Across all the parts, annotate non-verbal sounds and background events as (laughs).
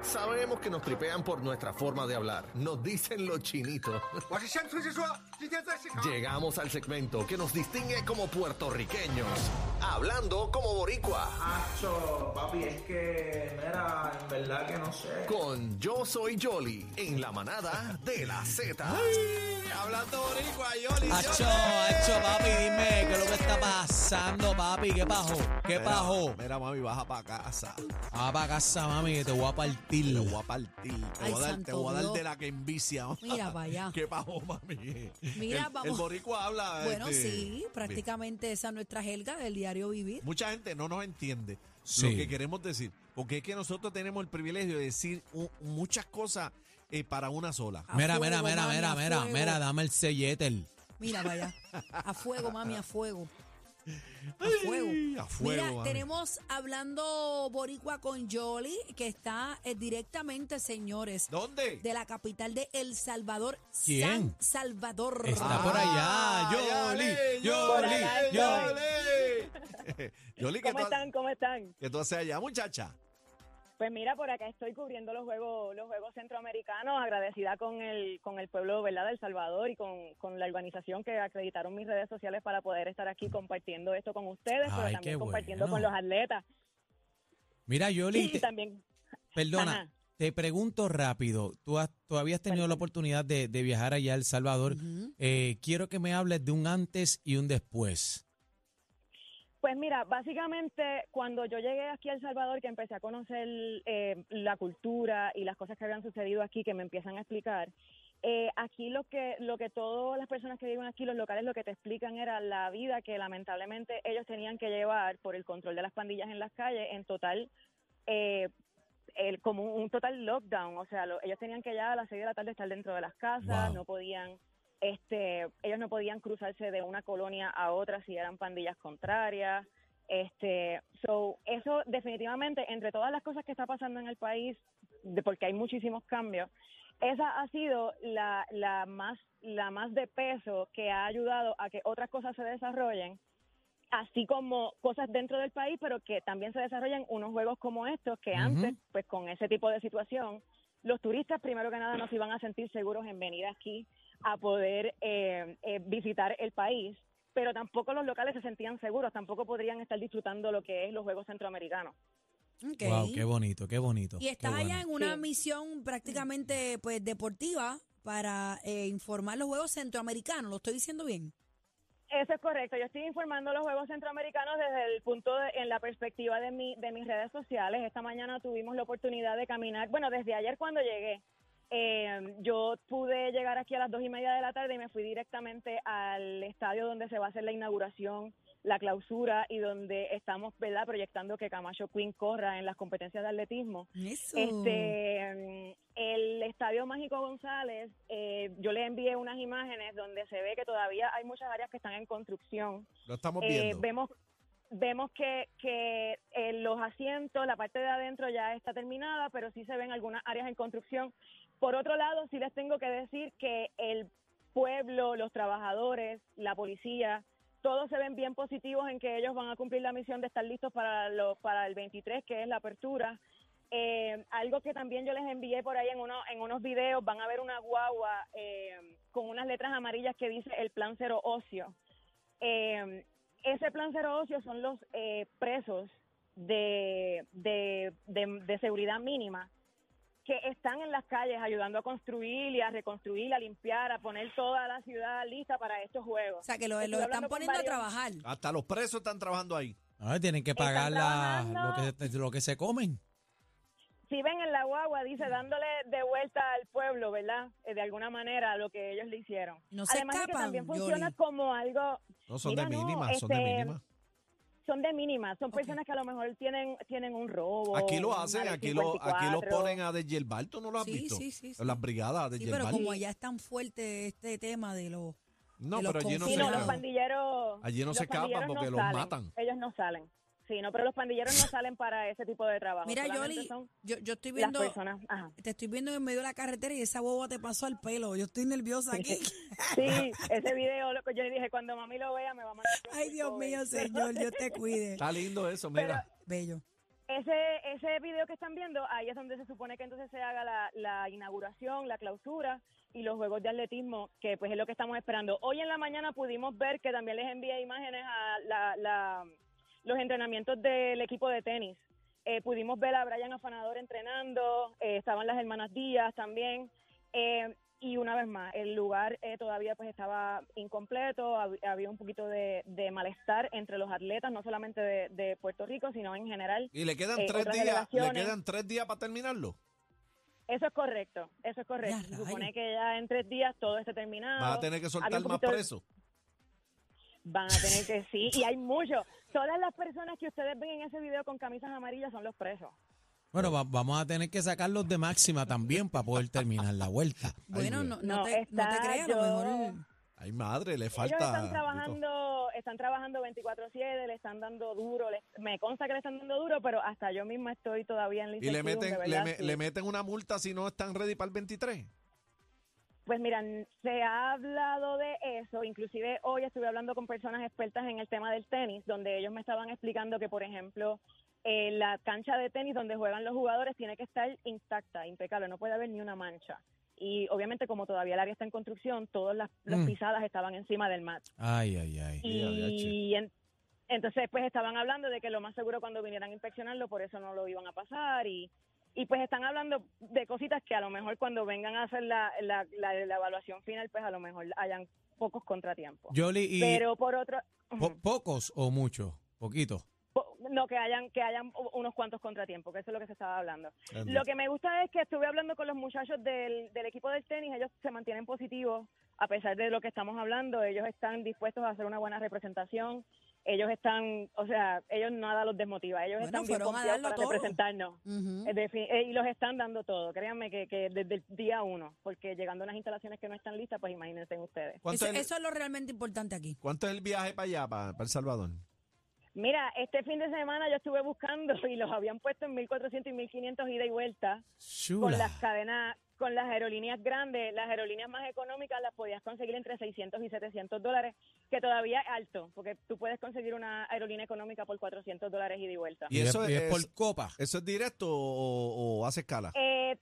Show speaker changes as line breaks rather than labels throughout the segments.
Sabemos que nos tripean por nuestra forma de hablar. Nos dicen los chinitos. (laughs) Llegamos al segmento que nos distingue como puertorriqueños. Hablando como boricua.
Acho, papi, es que, mira, en verdad que no sé.
Con Yo Soy Jolly en la manada de la Z. Hablando boricua, Jolly.
Acho, acho, papi, dime, ¿qué es lo que está pasando, papi? ¿Qué pasó? ¿Qué pasó?
Mira, mami, baja para casa.
Ah, para casa, mami, que te voy a partir.
Te voy a partir. Te,
Ay,
voy, a dar, te
santo
voy a dar
Dios.
de la que envicia. mamá.
Mira pa' allá.
¿Qué pasó, mami?
Mira,
el,
vamos.
El boricua habla.
Bueno,
este,
sí, prácticamente esa es nuestra jerga del diario vivir.
Mucha gente no nos entiende
Sí.
lo que queremos decir. Porque es que nosotros tenemos el privilegio de decir u- muchas cosas eh, para una sola.
A
Mira,
fuego,
mira, mira,
mami,
mira,
a
mira,
fuego.
mira, dame el sellete.
Mira, vaya. A fuego, mami, a fuego. A fuego.
Ay, a fuego,
Mira,
mami.
tenemos hablando Boricua con Jolly, que está eh, directamente, señores,
¿Dónde?
de la capital de El Salvador,
¿Quién?
San Salvador. Ah.
Está por allá, Yoli, Yoli, Yoli. (laughs)
Yoli. Yoli, ¿qué
¿Cómo
tú,
están? ¿Cómo están?
¿qué tú haces allá, muchacha?
Pues mira, por acá estoy cubriendo los juegos, los juegos centroamericanos, agradecida con el, con el pueblo ¿verdad? de El Salvador y con, con la organización que acreditaron mis redes sociales para poder estar aquí compartiendo esto con ustedes,
Ay,
pero
qué
también compartiendo
bueno.
con los atletas.
Mira, Yoli,
Y
te-
también,
perdona,
Ajá.
te pregunto rápido. Tú, has, tú habías tenido la oportunidad de, de viajar allá a El Salvador. Eh, quiero que me hables de un antes y un después.
Pues mira, básicamente cuando yo llegué aquí a El Salvador, que empecé a conocer eh, la cultura y las cosas que habían sucedido aquí, que me empiezan a explicar, eh, aquí lo que, lo que todas las personas que viven aquí, los locales, lo que te explican era la vida que lamentablemente ellos tenían que llevar por el control de las pandillas en las calles, en total, eh, el- como un, un total lockdown. O sea, lo- ellos tenían que ya a las 6 de la tarde estar dentro de las casas,
Wow.
no podían este, ellos no podían cruzarse de una colonia a otra si eran pandillas contrarias. Este, so, eso definitivamente, entre todas las cosas que está pasando en el país, de, porque hay muchísimos cambios, esa ha sido la, la, más, la más de peso que ha ayudado a que otras cosas se desarrollen, así como cosas dentro del país, pero que también se desarrollan unos juegos como estos, que
Ujú.
antes, pues con ese tipo de situación, los turistas primero que nada no se iban a sentir seguros en venir aquí a poder eh, eh, visitar el país, pero tampoco los locales se sentían seguros, tampoco podrían estar disfrutando lo que es los Juegos Centroamericanos.
Ok.
Wow, qué bonito, qué bonito.
Y estás
qué bueno.
allá en una
Sí.
misión prácticamente pues deportiva para eh, informar los Juegos Centroamericanos, ¿lo estoy diciendo bien?
Eso es correcto. Yo estoy informando los Juegos Centroamericanos desde el punto de, en la perspectiva de, mi, de mis redes sociales. Esta mañana tuvimos la oportunidad de caminar. Bueno, desde ayer cuando llegué, eh, yo pude llegar aquí a las dos y media de la tarde y me fui directamente al estadio donde se va a hacer la inauguración, la clausura y donde estamos, ¿verdad?, proyectando que Camacho Quinn corra en las competencias de atletismo.
Eso.
Este, el Estadio Mágico González, eh, yo le envié unas imágenes donde se ve que todavía hay muchas áreas que están en construcción.
Lo estamos
Eh,
viendo.
vemos vemos que, que eh, los asientos, la parte de adentro ya está terminada, pero sí se ven algunas áreas en construcción. Por otro lado, sí les tengo que decir que el pueblo, los trabajadores, la policía, todos se ven bien positivos en que ellos van a cumplir la misión de estar listos para, lo- para el 23, que es la apertura. Eh, algo que también yo les envié por ahí en, uno, en unos videos, van a ver una guagua eh, con unas letras amarillas que dice el plan cero ocio. Eh, ese plan cero ocio son los eh, presos de, de, de- de seguridad mínima que están en las calles ayudando a construir y a reconstruir, a limpiar, a poner toda la ciudad lista para estos
O
juegos.
sea, que lo,
Estoy
lo están
hablando con
poniendo a
varios-
trabajar.
Hasta los presos están trabajando ahí.
Ah, tienen que
Están
pagar la- lo,
trabajando.
que, lo que se comen.
Si ven en la guagua, dice, dándole de vuelta al pueblo, ¿verdad? Eh, de alguna manera, lo que ellos le hicieron.
No se
Además de que
escapan,
también
Yoli.
funciona como algo,
No, son
Mira,
de
no,
mínima, son de
este,
mínima.
son de mínima, son
Ok.
personas que a lo mejor tienen tienen un robo.
Aquí lo
un
hacen,
área
aquí, lo, aquí los
54.
ponen a deshielbar, ¿tú no lo has
Sí,
visto?
sí, sí, sí.
Las brigadas de
Sí, pero como
deshielbar.
allá es tan fuerte este tema de los...
No,
de los
pero allí no
Sí,
se
confinados.
no, los
escapan.
pandilleros.
Allí no
los
se escapan
pandilleros
porque
no
los
salen,
matan.
Ellos no salen. Sí, no, pero los pandilleros
(laughs)
no salen para ese tipo de trabajo.
Mira,
solamente
Yoli,
son
yo, yo estoy
las
viendo...
personas. Ajá.
Te estoy viendo en medio de la carretera y esa boba te pasó al pelo. Yo estoy nerviosa
(laughs)
aquí. (laughs)
Sí, ese video, loco, yo le dije, cuando mami lo vea, me va a mandar.
Ay, Dios mío, señor, Dios te cuide.
Está lindo eso, mira.
Bello.
Ese, ese video que están viendo, ahí es donde se supone que entonces se haga la, la inauguración, la clausura y los juegos de atletismo, que pues es lo que estamos esperando. Hoy en la mañana pudimos ver que también les envié imágenes a la- la- los entrenamientos del equipo de tenis. Eh, pudimos ver a Brian Afanador entrenando, eh, estaban las hermanas Díaz también. Eh, y una vez más, el lugar eh, todavía pues estaba incompleto, hab- había un poquito de, de malestar entre los atletas, no solamente de- de Puerto Rico, sino en general.
Y le quedan
eh,
tres
otras
días, le
delegaciones.
quedan tres días para terminarlo.
Eso es correcto, eso es correcto.
Ya,
Se supone
rayos.
que ya en tres días todo esté terminado.
Vas a tener que
Había
soltar
un
más
poquito de-
presos.
Van a tener que sí,
(laughs)
y hay muchos. Todas las personas que ustedes ven en ese video con camisas amarillas son los presos.
Bueno, va- vamos a tener que sacarlos de máxima también para poder terminar la vuelta.
Bueno,
Dios.
no, no
No,
te, no te
está
creas, a
yo-
lo mejor...
Ay, madre, le falta.
Ellos están
Tito.
trabajando, están trabajando 24/7, le están dando duro. les- me consta que le están dando duro, pero hasta yo misma estoy todavía en la
Y le
incertidumbre,
meten, le,
¿verdad?
me-
Sí.
le meten una multa si no están ready para el 23.
Pues mira, n- se ha hablado de eso, inclusive hoy estuve hablando con personas expertas en el tema del tenis, donde ellos me estaban explicando que, por ejemplo, eh, la cancha de tenis donde juegan los jugadores tiene que estar intacta, impecable, no puede haber ni una mancha. Y obviamente como todavía el área está en construcción, todas las, las
Mm.
pisadas estaban encima del mat.
Ay, ay, ay.
Ya, ya, che.
Y en- entonces pues estaban hablando de que lo más seguro cuando vinieran a inspeccionarlo, por eso no lo iban a pasar y, y pues están hablando de cositas que a lo mejor cuando vengan a hacer la, la, la- la evaluación final, pues a lo mejor hayan pocos contratiempos.
Yoli, y
Pero por otro,
po- ¿pocos o muchos? Poquitos.
po- no, que hayan, que hayan u- unos cuantos contratiempos, que eso es lo que se estaba hablando.
Anda.
Lo que me gusta es que estuve hablando con los muchachos del, del equipo del tenis, ellos se mantienen positivos a pesar de lo que estamos hablando, ellos están dispuestos a hacer una buena representación, ellos están, o sea, ellos nada los desmotiva, ellos
Bueno,
están bien
fueron a
confiados
darlo
para
todo.
representarnos.
Ujú.
Eh, defi- eh, Y los están dando todo, créanme que, que desde el día uno, porque llegando a unas instalaciones que no están listas, pues imagínense ustedes.
¿Cuánto,
Eso,
es el,
eso es lo realmente importante aquí.
cuánto es el viaje para allá, para, para El Salvador?
Mira, este fin de semana yo estuve buscando (laughs) y los habían puesto en 1400 y 1500 ida y vuelta. con
Chula.
las cadenas, con las aerolíneas grandes, las aerolíneas más económicas las podías conseguir entre 600 y 700 dólares, que todavía es alto, porque tú puedes conseguir una aerolínea económica por 400 dólares ida y vuelta.
Y eso
es,
es-
por copa.
¿Eso es directo o, o hace escala?
Eh,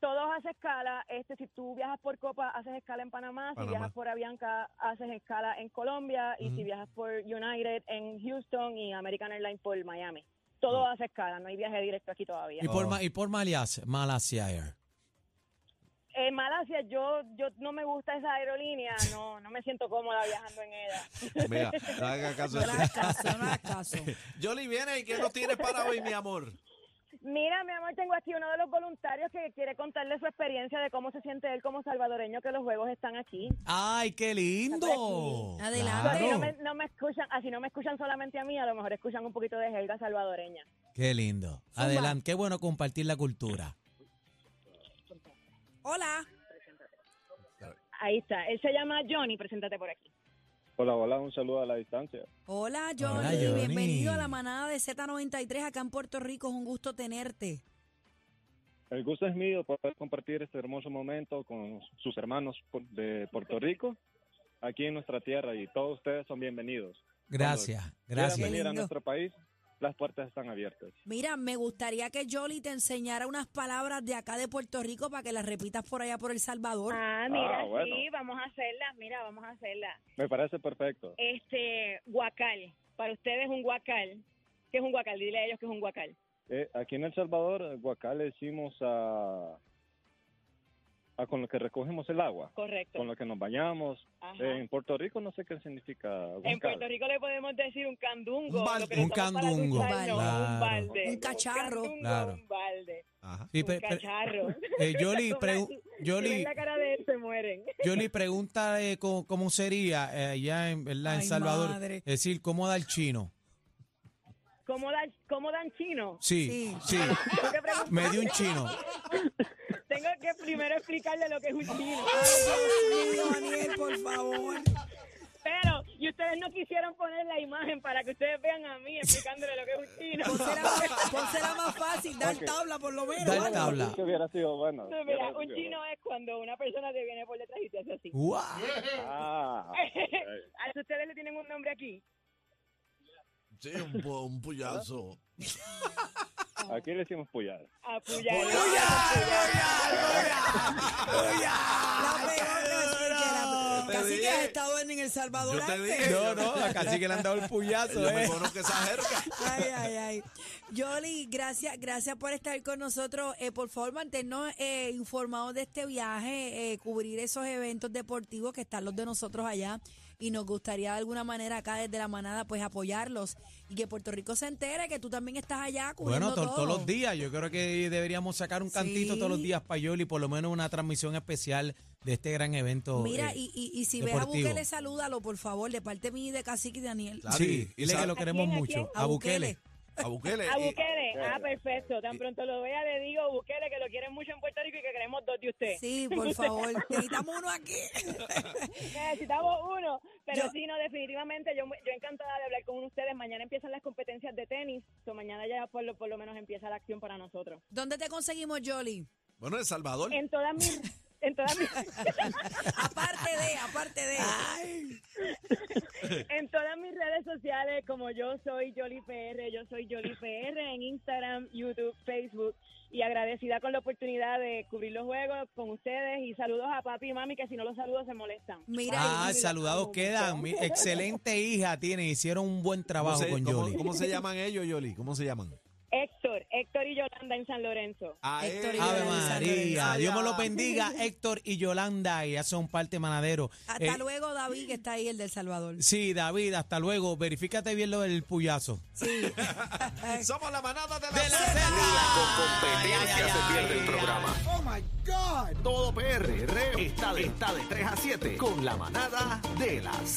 todos hace escala, este si tú viajas por Copa haces escala en Panamá, si
Panamá.
viajas por Avianca haces escala en Colombia y si viajas por United en Houston y American Airlines por Miami. Todo hace escala, no hay viaje directo aquí todavía.
Y por,
Oh.
ma- y por Malasia, Malasia Air.
Eh, En Malasia yo yo no me gusta esa aerolínea, no no me siento cómoda viajando en ella. (laughs)
(laughs) Mira, no haga caso.
No le hagas caso, no le hagas caso.
Yoli, viene y ¿qué nos tienes para hoy, mi amor?
Mira, mi amor, tengo aquí uno de los voluntarios que quiere contarle su experiencia de cómo se siente él como salvadoreño que los juegos están aquí.
¡Ay, qué lindo!
Está por aquí. Adelante.
Así
Claro.
no me, no me escuchan, así no me escuchan solamente a mí, a lo mejor escuchan un poquito de jerga salvadoreña.
Qué lindo. Adelante, qué bueno compartir la cultura.
Hola.
Ahí está, él se llama Johnny, preséntate por aquí.
Hola, hola, un saludo a la distancia.
Hola Johnny.
Hola, Johnny.
bienvenido a la manada de Z93 acá en Puerto Rico, es un gusto tenerte.
El gusto es mío poder compartir este hermoso momento con sus hermanos pu- de Puerto Rico, aquí en nuestra tierra, y todos ustedes son bienvenidos.
Gracias,
Quieran
gracias.
venir a
Lindo.
nuestro país, las puertas están abiertas.
Mira, me gustaría que Jolly te enseñara unas palabras de acá de Puerto Rico para que las repitas por allá por El Salvador.
Ah,
mira, Ah, bueno. sí,
vamos a hacerla, mira, vamos a hacerla.
Me parece perfecto.
Este, guacal, para ustedes un guacal, ¿qué es un guacal? Dile a ellos que es un guacal.
Eh, aquí en El Salvador, guacal le decimos a, a con lo que recogemos el agua,
Correcto.
con lo que nos bañamos.
Ajá.
Eh, en Puerto Rico no sé qué significa
En
guacal.
Puerto Rico le podemos decir un candungo.
Un
lo
balde.
que le
Un
usamos para
candungo,
ducharnos,
claro.
Un balde.
Un cacharro.
candungo,
Claro.
Un balde.
Ajá.
Sí,
Un
pe- pe-
cacharro.
(laughs) eh,
(laughs)
Yoli,
Como
pregu-
así, si
Yoli,
ven la cara de él, se mueren.
Yoli, pregunta eh, cómo, cómo sería eh, allá en, ¿verdad? en
Ay,
Salvador.
madre.
Es decir, ¿cómo da el chino?
¿Cómo dan, cómo dan chino?
Sí, sí.
Tengo que preguntar-
Me dio un chino.
Tengo que primero explicarle lo que es un chino.
Ay, Dios mío, Daniel, por favor.
Pero, y ustedes no quisieron poner la imagen para que ustedes vean a mí explicándole lo que es un chino.
(laughs)
Será más, pues será más fácil dar tabla por lo menos.
Dar
algo.
tabla.
Que hubiera sido bueno.
No,
hubiera
mira, un
sido
chino es cuando una persona te viene por detrás y te hace así. (laughs)
¡Wow!
bueno. Ah,
¿A ustedes le tienen un nombre aquí?
Sí, un, po- un puyazo.
Ah.
aquí le decimos puyar.
Apuyar.
La peor cacique, la-
Te
Cacique
dije.
has estado en El Salvador
Yo te
antes.
dije.
No, no, casi que le han dado el puyazo,
Yo me
¿eh?
conozco esa jerga.
Ay, ay, ay. Yoli, gracias, gracias por estar con nosotros. Eh, por favor, manténnos eh, informados de este viaje, eh, cubrir esos eventos deportivos que están los de nosotros allá. Y nos gustaría de alguna manera acá desde la manada pues apoyarlos y que Puerto Rico se entere que tú también estás allá cubriendo
Bueno, to-
todo.
todos los días. Yo creo que deberíamos sacar un cantito
Sí.
todos los días para Yoli, por lo menos una transmisión especial de este gran evento.
Mira,
eh,
y, y, y si
deportivo.
ves a Bukele, salúdalo, por favor, de parte mía y de Cacique y Daniel.
Sí,
Claro, y
dile que
sabe-
lo queremos
quién, a
mucho.
quién?
A Bukele.
A Bukele.
A
y-
Bukele. Ah, perfecto. Tan pronto lo vea, le digo, Bukele, que lo quieren mucho en Puerto Rico y que queremos dos de usted.
Sí,
(laughs)
por favor, necesitamos uno aquí. (laughs)
Necesitamos uno. Pero
Yo-
sí, no, definitivamente, yo, yo encantada de hablar con ustedes. Mañana empiezan las competencias de tenis. So, mañana ya por lo, por lo menos empieza la acción para nosotros.
¿Dónde te conseguimos, Yoli?
Bueno, El Salvador.
En todas mis... En todas mis...
Aparte de, aparte de.
En todas mis redes sociales, como yo soy Yoli PR, yo soy Yoli PR en Instagram, YouTube, Facebook. Y agradecida con la oportunidad de cubrir los juegos con ustedes. Y saludos a papi y mami, que si no los saludos se molestan.
Mira,
Ah,
y-
saludados quedan. Mi excelente hija tiene. Hicieron un buen
¿Cómo
trabajo
se,
con
cómo-
Yoli.
cómo se llaman ellos, Yoli? ¿Cómo se llaman?
Héctor, Héctor y Yolanda en San Lorenzo.
A
Héctor y
él.
Ave
Yolanda
María,
Ay,
Dios
ay.
me los bendiga, Héctor y Yolanda, y ya son parte manadero.
Hasta
Eh,
luego, David, que está ahí, el del Salvador.
Sí, David, hasta luego. Verifícate bien lo del puyazo.
Sí.
Somos la manada de la,
¡De la
Z.
competencia se pierde el programa. Oh my God. Todo PR está de, está de 3 a 7 con la manada de la Z.